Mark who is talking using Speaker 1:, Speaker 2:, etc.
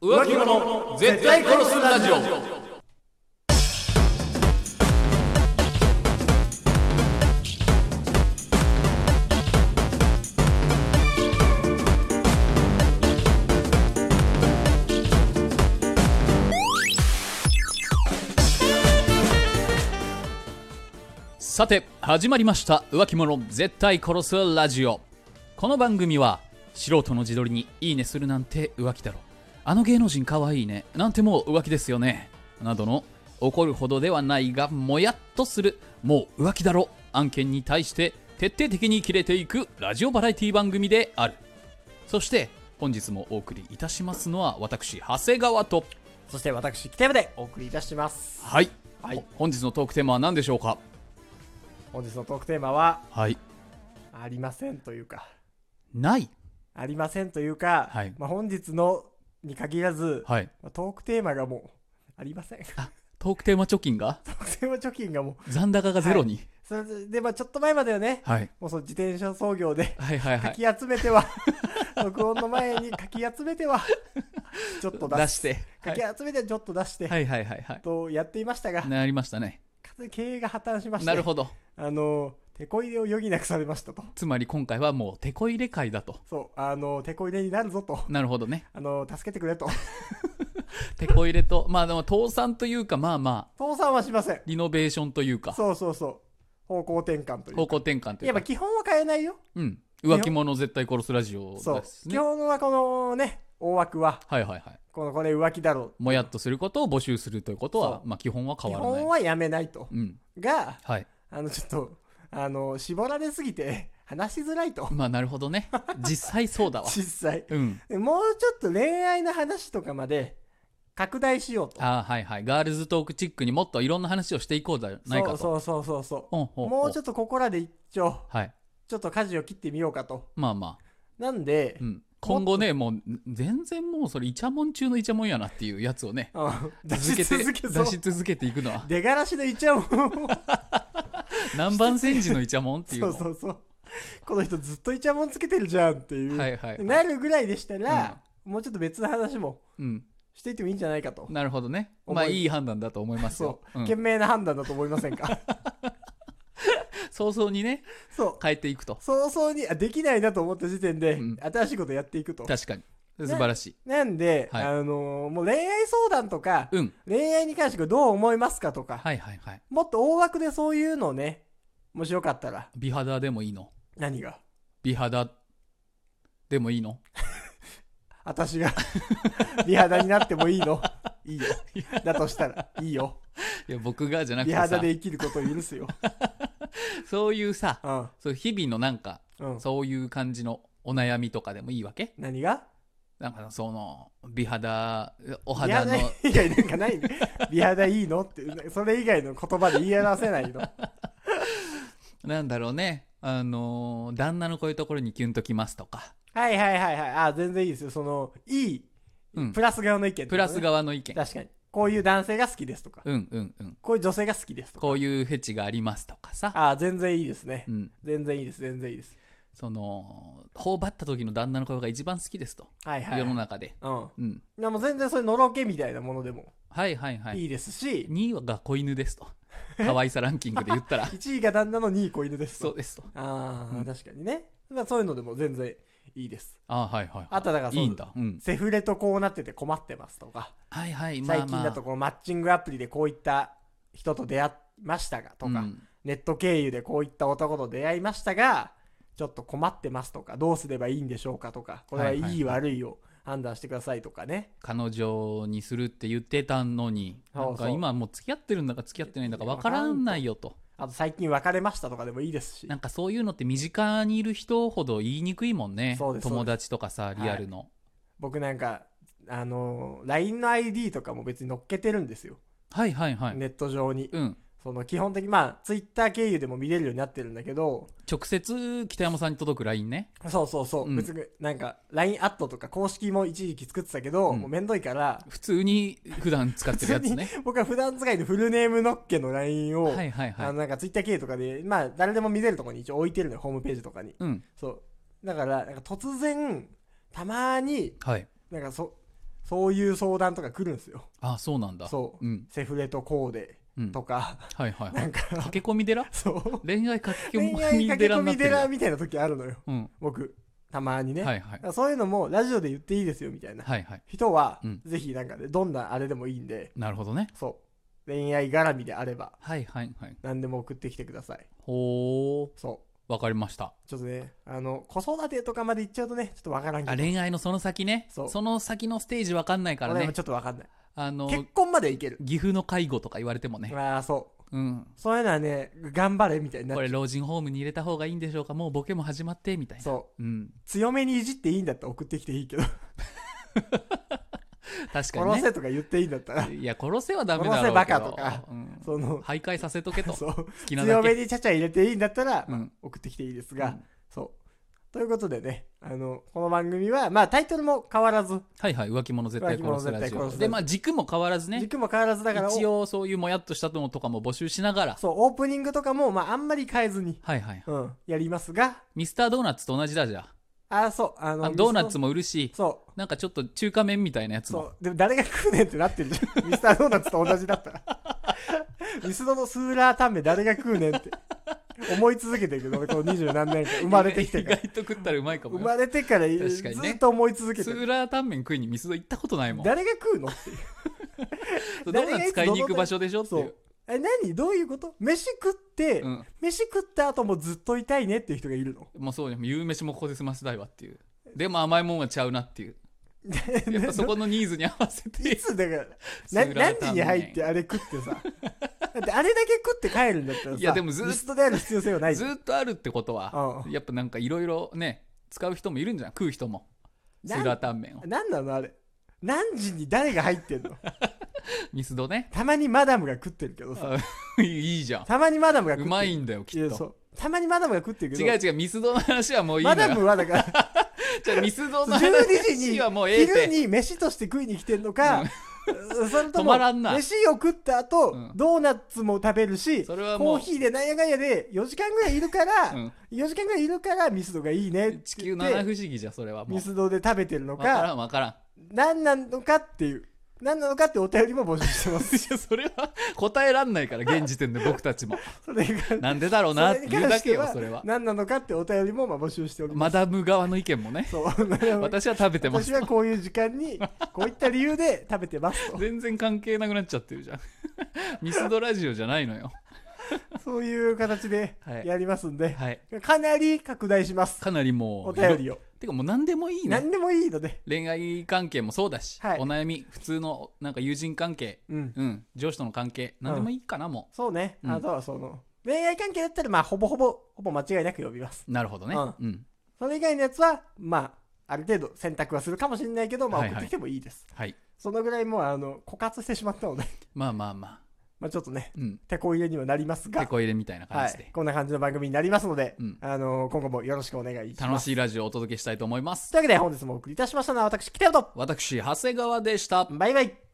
Speaker 1: 浮気者絶対殺すラジオさて始まりました浮気者絶対殺すラジオこの番組は素人の自撮りにいいねするなんて浮気だろあの芸能人かわいいねなんてもう浮気ですよねなどの怒るほどではないがもやっとするもう浮気だろ案件に対して徹底的に切れていくラジオバラエティ番組であるそして本日もお送りいたしますのは私長谷川と
Speaker 2: そして私北山でお送りいたします
Speaker 1: はい、
Speaker 2: はい
Speaker 1: 本日のトークテーマは何でしょうか
Speaker 2: 本日のトークテーマは
Speaker 1: はい
Speaker 2: ありませんというか
Speaker 1: ない
Speaker 2: ありませんというか、
Speaker 1: はい
Speaker 2: まあ、本日のに限らず、
Speaker 1: はい
Speaker 2: まあトークテーマがもうありません ト
Speaker 1: トークテーマ貯金が
Speaker 2: ークテーマ貯金がもう
Speaker 1: 残高がゼロに、
Speaker 2: それでまあちょっと前まではね
Speaker 1: はい、
Speaker 2: もうその自転車操業で
Speaker 1: はいはいは
Speaker 2: か
Speaker 1: い
Speaker 2: き集めては、 録音の前にかき集めてはちょっと出
Speaker 1: 出
Speaker 2: し
Speaker 1: しては
Speaker 2: か
Speaker 1: い
Speaker 2: き集めてはちょっと出して、
Speaker 1: はいはいはいは
Speaker 2: とやっていましたが
Speaker 1: いなりましたね
Speaker 2: かつ経営が破綻しまして
Speaker 1: なるほど
Speaker 2: あの手こ入れを余儀なくされましたと
Speaker 1: つまり今回はもうテこ入れ会だと
Speaker 2: そうあの手こ入れになるぞと
Speaker 1: なるほどね
Speaker 2: あの助けてくれと
Speaker 1: テこ入れと まあでも倒産というかまあまあ
Speaker 2: 倒産はしません
Speaker 1: リノベーションというか
Speaker 2: そうそうそう方向転換という
Speaker 1: 方向転換とい
Speaker 2: や
Speaker 1: うか
Speaker 2: っぱ基本は変えないよ
Speaker 1: うん浮気者絶対殺すラジオ
Speaker 2: そう、
Speaker 1: です
Speaker 2: 基
Speaker 1: ね
Speaker 2: 本はこのね大枠は
Speaker 1: はいはいはい
Speaker 2: このこれ浮気だろ
Speaker 1: もやっとすることを募集するということは
Speaker 2: そ
Speaker 1: まあ基本は
Speaker 2: う
Speaker 1: 変
Speaker 2: 基
Speaker 1: わらない
Speaker 2: 本はやめないと
Speaker 1: うん
Speaker 2: が
Speaker 1: はい
Speaker 2: あのちょっとあの絞られすぎて話しづらいと
Speaker 1: まあなるほどね実際そう だわ
Speaker 2: 実際
Speaker 1: うん
Speaker 2: もうちょっと恋愛の話とかまで拡大しようと
Speaker 1: あーはいはいガールズトークチックにもっといろんな話をしていこうじゃないかと
Speaker 2: そうそうそうそう
Speaker 1: ほん
Speaker 2: そ
Speaker 1: ほ
Speaker 2: うんもうちょ
Speaker 1: っ
Speaker 2: っとここらで一丁
Speaker 1: とはい
Speaker 2: ちょっと舵を切ってみようかと
Speaker 1: まあまあ、
Speaker 2: なんで
Speaker 1: う、ん、今後ねもう全然もうそれイチャモン中のイチャモンやなっていうやつをね
Speaker 2: うん出
Speaker 1: 続け
Speaker 2: し
Speaker 1: て
Speaker 2: 続けそう
Speaker 1: 出し続けていくのは
Speaker 2: 出がらしのイチャモンを
Speaker 1: 南蛮戦時のイチャモンっていう
Speaker 2: そ
Speaker 1: の
Speaker 2: うそうそうこの人ずっとイチャモンつけてるじゃんっていう、
Speaker 1: はいはい
Speaker 2: なるぐらいでしたら、もうちょっと別の話も
Speaker 1: うん、
Speaker 2: していってもいいんじゃないかと
Speaker 1: なるほどね
Speaker 2: 思
Speaker 1: ま
Speaker 2: い
Speaker 1: あいい判断だと思います
Speaker 2: そ
Speaker 1: よ
Speaker 2: う、
Speaker 1: うん
Speaker 2: 賢明な判断だと思いません か
Speaker 1: 早々にね
Speaker 2: そう
Speaker 1: 変えていくと
Speaker 2: 早々にあできないなと思った時点で、
Speaker 1: うん
Speaker 2: 新しいことやっていくと
Speaker 1: 確かに素晴らしい、
Speaker 2: なんで、
Speaker 1: はい
Speaker 2: あのーもう恋愛相談とか、
Speaker 1: うん
Speaker 2: 恋愛に関してどう思いますかとか、
Speaker 1: はいはいはい
Speaker 2: もっと大枠でそういうのをねもしよかったら
Speaker 1: 美肌でもいいの
Speaker 2: 何が
Speaker 1: 美肌でもいいの
Speaker 2: 私が 美肌になってもいいのいいよだとしたらいいよ
Speaker 1: いや僕がじゃなく
Speaker 2: 美
Speaker 1: てさ
Speaker 2: 肌で生きることを許すよ
Speaker 1: そういうさ
Speaker 2: うん
Speaker 1: そう日々のなんか
Speaker 2: うん
Speaker 1: そういう感じのお悩みとかでもいいわけ
Speaker 2: 何が
Speaker 1: なんかその美肌お肌の
Speaker 2: 美肌以外なんかないね美肌いいのってそれ以外の言葉で言い表せないの
Speaker 1: なんだろうねあのー旦那のこういうところにキュンときますとか、
Speaker 2: はいはいはいはいあ全然いいですよそのいい
Speaker 1: うん、
Speaker 2: プラス側の意見ってことね、
Speaker 1: プラス側の意見
Speaker 2: 確かにこういう男性が好きですとか
Speaker 1: うんうんうん
Speaker 2: こういう女性が好きですとか
Speaker 1: こういうフェチがありますとかさ、
Speaker 2: あ全然いいですね
Speaker 1: うん、
Speaker 2: 全然いいです全然いいです
Speaker 1: その頬張った時の旦那の声が一番好きですと、
Speaker 2: はいはい
Speaker 1: 世の中で、
Speaker 2: うん
Speaker 1: うん、
Speaker 2: いやもう全然そういうのろけみたいなものでも
Speaker 1: はいはいはい
Speaker 2: いいですし、
Speaker 1: 2位が子犬です と可愛さランキングで言ったら
Speaker 2: 1位が旦那の2位子犬です
Speaker 1: そ
Speaker 2: と
Speaker 1: うですと
Speaker 2: ああ、
Speaker 1: うん
Speaker 2: 確かにね、まあ、そういうのでも全然いいです
Speaker 1: ああはいはい
Speaker 2: あとだから
Speaker 1: い
Speaker 2: そう
Speaker 1: いんだ、うん、
Speaker 2: セフレとこうなってて困ってますとか、
Speaker 1: はいはいまあまあ
Speaker 2: 最近だとこのマッチングアプリでこういった人と出会いましたがとか、
Speaker 1: うん
Speaker 2: ネット経由でこういった男と出会いましたがちょっと困ってますとかどうすればいいんでしょうかとかこれは
Speaker 1: はいはい
Speaker 2: い
Speaker 1: い
Speaker 2: い悪いを判断してくださいとかね、
Speaker 1: 彼女にするって言ってたのに
Speaker 2: そう
Speaker 1: な
Speaker 2: そうん
Speaker 1: か今もう付き合ってるんだか付き合ってないんだか分からんないよと
Speaker 2: あと最近別れましたとかでもいいですし
Speaker 1: なんかそういうのって身近にいる人ほど言いにくいもんね
Speaker 2: そうですそうです
Speaker 1: 友達とかさリアルの、
Speaker 2: 僕なんかあの LINE の ID とかも別に載っけてるんですよ、
Speaker 1: はい、はいはい
Speaker 2: ネット上に
Speaker 1: うん
Speaker 2: その基本的にまあツイッター経由でも見れるようになってるんだけど
Speaker 1: 直接北山さんに届く LINE ね
Speaker 2: そうそうそう、
Speaker 1: うん
Speaker 2: 別になんか LINE アットとか公式も一時期作ってたけど、
Speaker 1: うん
Speaker 2: もうめんどいから
Speaker 1: 普通に普段使ってるやつね
Speaker 2: 僕は普段使いのフルネームのっけの LINE を、
Speaker 1: はいはい
Speaker 2: あ
Speaker 1: は
Speaker 2: の
Speaker 1: い
Speaker 2: なんかツイッター経由とかでまあ誰でも見れるところに一応置いてるのよホームページとかに
Speaker 1: うん
Speaker 2: そうだからなんか突然たまに
Speaker 1: はい
Speaker 2: なんかそそういう相談とか来るんですよ。
Speaker 1: あそうなんだ、
Speaker 2: そう
Speaker 1: ん
Speaker 2: セフレとコーデ
Speaker 1: うん、
Speaker 2: と
Speaker 1: は
Speaker 2: か、
Speaker 1: いはいはい
Speaker 2: なんか、
Speaker 1: 駆け込み寺
Speaker 2: そう。
Speaker 1: 恋愛駆け
Speaker 2: 恋愛
Speaker 1: 込み
Speaker 2: 駆け
Speaker 1: 寺
Speaker 2: 込
Speaker 1: になっ
Speaker 2: み
Speaker 1: てる
Speaker 2: 寺みたいな時あるのよ。
Speaker 1: うん
Speaker 2: 僕、たまにね。
Speaker 1: はいはい
Speaker 2: そういうのもラジオで言っていいですよみたいな
Speaker 1: はいはい
Speaker 2: 人は、
Speaker 1: うん
Speaker 2: ぜひなんかね、どんなあれでもいいんで、
Speaker 1: なるほどね
Speaker 2: そう。恋愛絡みであれば、
Speaker 1: はいはいはい
Speaker 2: 何でも送ってきてください。
Speaker 1: ほ
Speaker 2: そう
Speaker 1: わかりました
Speaker 2: う。ちょっとね、あの、子育てとかまで行っちゃうとね、ちょっとわからんけど。
Speaker 1: あ恋愛のその先ね
Speaker 2: そ
Speaker 1: そうの先のステージわかんないから
Speaker 2: 俺
Speaker 1: ね
Speaker 2: もちょっとわかんない。
Speaker 1: あの
Speaker 2: 結婚までいける。
Speaker 1: 岐阜の介護とか言われてもね、
Speaker 2: ああ、そう。
Speaker 1: うん、
Speaker 2: そういうのはね、頑張れみたいになっ
Speaker 1: こ
Speaker 2: ちゃ。
Speaker 1: れ老人ホームに入れた方がいいんでしょうかもうボケも始まってみたいうな、
Speaker 2: そう
Speaker 1: ん、
Speaker 2: う。強めにいじっていいんだったら送ってきていいけど、
Speaker 1: 確か
Speaker 2: 殺
Speaker 1: にね
Speaker 2: せとか言っていいんだったら、
Speaker 1: いや殺せはダメだろうけど
Speaker 2: 殺せバカとか
Speaker 1: うん
Speaker 2: その、
Speaker 1: 徘徊させとけと好
Speaker 2: そう。
Speaker 1: きなだ
Speaker 2: 強め
Speaker 1: け
Speaker 2: にちゃちゃ入れていいんだったら、
Speaker 1: うん
Speaker 2: まあ送ってきていいですが、
Speaker 1: うん
Speaker 2: そう。ということでね、あの、この番組は、まあタイトルも変わらず、
Speaker 1: はいはい浮気者絶対殺すラ
Speaker 2: 浮気者絶対
Speaker 1: ジ
Speaker 2: 殺すラ
Speaker 1: オ
Speaker 2: ジオ
Speaker 1: でまあ軸も変わらずね
Speaker 2: 軸も変わらずだから、
Speaker 1: 一応そういうもやっとしたのとかも募集しながら
Speaker 2: そう、オープニングとかも、まあ、あんまり変えずに、
Speaker 1: はいはい
Speaker 2: うん、やりますが、
Speaker 1: ミスタードーナツと同じだじゃ
Speaker 2: あ、そう、あ
Speaker 1: あ
Speaker 2: の、
Speaker 1: ドーナツ
Speaker 2: も。
Speaker 1: も売るし
Speaker 2: そう、
Speaker 1: なんかちょっと中華麺みたいなやつ
Speaker 2: そ
Speaker 1: も
Speaker 2: う、でも誰が食うねんってなってるじ ゃん。ミスタードーナツと同じだったら。ミスドのスーラータンメン誰が食うねんって。思い続けてるけど、俺この二十何年間、生まれてきて
Speaker 1: 意
Speaker 2: から。
Speaker 1: 外と食ったらうまいかも
Speaker 2: 生
Speaker 1: よ
Speaker 2: まれてから、
Speaker 1: 確
Speaker 2: ず
Speaker 1: かにね
Speaker 2: っと思い続けて
Speaker 1: ス
Speaker 2: る。
Speaker 1: ーラータンメン食いにミスド行ったことないもん
Speaker 2: 誰が食うのっていう。
Speaker 1: ドーナツ買いに行く場所でしょって
Speaker 2: そ
Speaker 1: いう
Speaker 2: う。え、何どういうこと飯食って、
Speaker 1: うん
Speaker 2: 飯食った後もずっと痛いねっていう人がいるの。
Speaker 1: もうそうじゃん夕飯もここで済ませたいわっていうでも甘いもんはちゃうなっていう やっぱそこのニーズに合わせ
Speaker 2: い
Speaker 1: て
Speaker 2: つだから
Speaker 1: ス
Speaker 2: な
Speaker 1: ーラ
Speaker 2: 何
Speaker 1: ータ
Speaker 2: 時
Speaker 1: ン
Speaker 2: に
Speaker 1: メン
Speaker 2: 入ってあれ食ってさだってあれだけ食って帰るんだったらさ
Speaker 1: いやでもずっと
Speaker 2: ミストである必要性はないじ
Speaker 1: ず
Speaker 2: ゃん
Speaker 1: ーっとあるってことは
Speaker 2: うん
Speaker 1: やっぱなんかいろいろね使う人もいるんじゃん食う人もス
Speaker 2: なん
Speaker 1: ーラータンメンを
Speaker 2: 何なのあれ何時に誰が入ってんの
Speaker 1: ミスドね
Speaker 2: たまにマダムが食ってるけどさ
Speaker 1: あいいじゃん
Speaker 2: たまにマダムが食っ
Speaker 1: う
Speaker 2: てる
Speaker 1: まいんだよきっ
Speaker 2: いやそ
Speaker 1: と
Speaker 2: うたまにマダムが食ってるけど
Speaker 1: 違う違うミスドの話はもういいの
Speaker 2: マ
Speaker 1: よ
Speaker 2: ダムはだから
Speaker 1: じゃあミスドの
Speaker 2: 12時に
Speaker 1: 話はもうええ
Speaker 2: 昼
Speaker 1: て
Speaker 2: に飯として食いに来てんのか、 それと
Speaker 1: 止
Speaker 2: も
Speaker 1: まらんな
Speaker 2: 飯を食った後、
Speaker 1: うん
Speaker 2: ドーナツも食べるし
Speaker 1: それはも
Speaker 2: コ
Speaker 1: う
Speaker 2: ーヒーでなんやかんやで4時間ぐらいいるから、
Speaker 1: うん
Speaker 2: 4時間ぐらいいるからミスドがいいねって言って
Speaker 1: 地球七不思議じゃそれはも
Speaker 2: ミ
Speaker 1: う
Speaker 2: スドで食べてるの
Speaker 1: 分から
Speaker 2: か
Speaker 1: ん分からん
Speaker 2: 何なのかっていう何なのかってお便りも募集してま す
Speaker 1: いやそれは答えらんないから現時点で僕たちも
Speaker 2: それが
Speaker 1: なんでだろうなって
Speaker 2: それ
Speaker 1: 言う
Speaker 2: に関
Speaker 1: だ
Speaker 2: し
Speaker 1: け
Speaker 2: て
Speaker 1: よそれは
Speaker 2: 何なのかってお便りもまあ募集しておりま
Speaker 1: マ
Speaker 2: す、
Speaker 1: ダム側の意見もね
Speaker 2: そう私
Speaker 1: 私は食べてます
Speaker 2: はこういう時間にこういった理由で食べてますと
Speaker 1: 全然関 係なくなっちゃってるじゃん ミスドラジオじゃないのよ
Speaker 2: そういう形で
Speaker 1: はい
Speaker 2: やりますんで、
Speaker 1: はい
Speaker 2: かなり拡大します
Speaker 1: かなりもう
Speaker 2: お便りを
Speaker 1: てかもう何でもいいね
Speaker 2: 何でもいいので
Speaker 1: 恋愛関係もそうだし、
Speaker 2: はい
Speaker 1: お悩み普通のなんか友人関係
Speaker 2: うん
Speaker 1: うん上司との関係何でもいいかな、も
Speaker 2: そうね、
Speaker 1: うん
Speaker 2: あとはその恋愛関係だったらまあほぼほぼほぼ間違いなく呼びます
Speaker 1: うなるほどね、
Speaker 2: うん
Speaker 1: うん、
Speaker 2: それ以外のやつは、まあ、ある程度選択はするかもしれないけど、まあ、
Speaker 1: はい
Speaker 2: 送
Speaker 1: はい
Speaker 2: ってきてもいいです。
Speaker 1: はい
Speaker 2: そのぐらいもう、あの、枯渇してしまったので、
Speaker 1: まあまあまあ
Speaker 2: まあ、ちょっとね、
Speaker 1: うん
Speaker 2: 手こ入れにはなります
Speaker 1: 手
Speaker 2: が、
Speaker 1: こ入れみたいな
Speaker 2: は
Speaker 1: 感じで、
Speaker 2: い、こんな感じの番組になりますので、
Speaker 1: うん
Speaker 2: あの、今後もよろしくお願いします。
Speaker 1: 楽しいラジオをお届けしたいと思います
Speaker 2: というわけで、本日もお送りいたしましたのは、私、北野と、
Speaker 1: 私長谷川でした
Speaker 2: バイバイ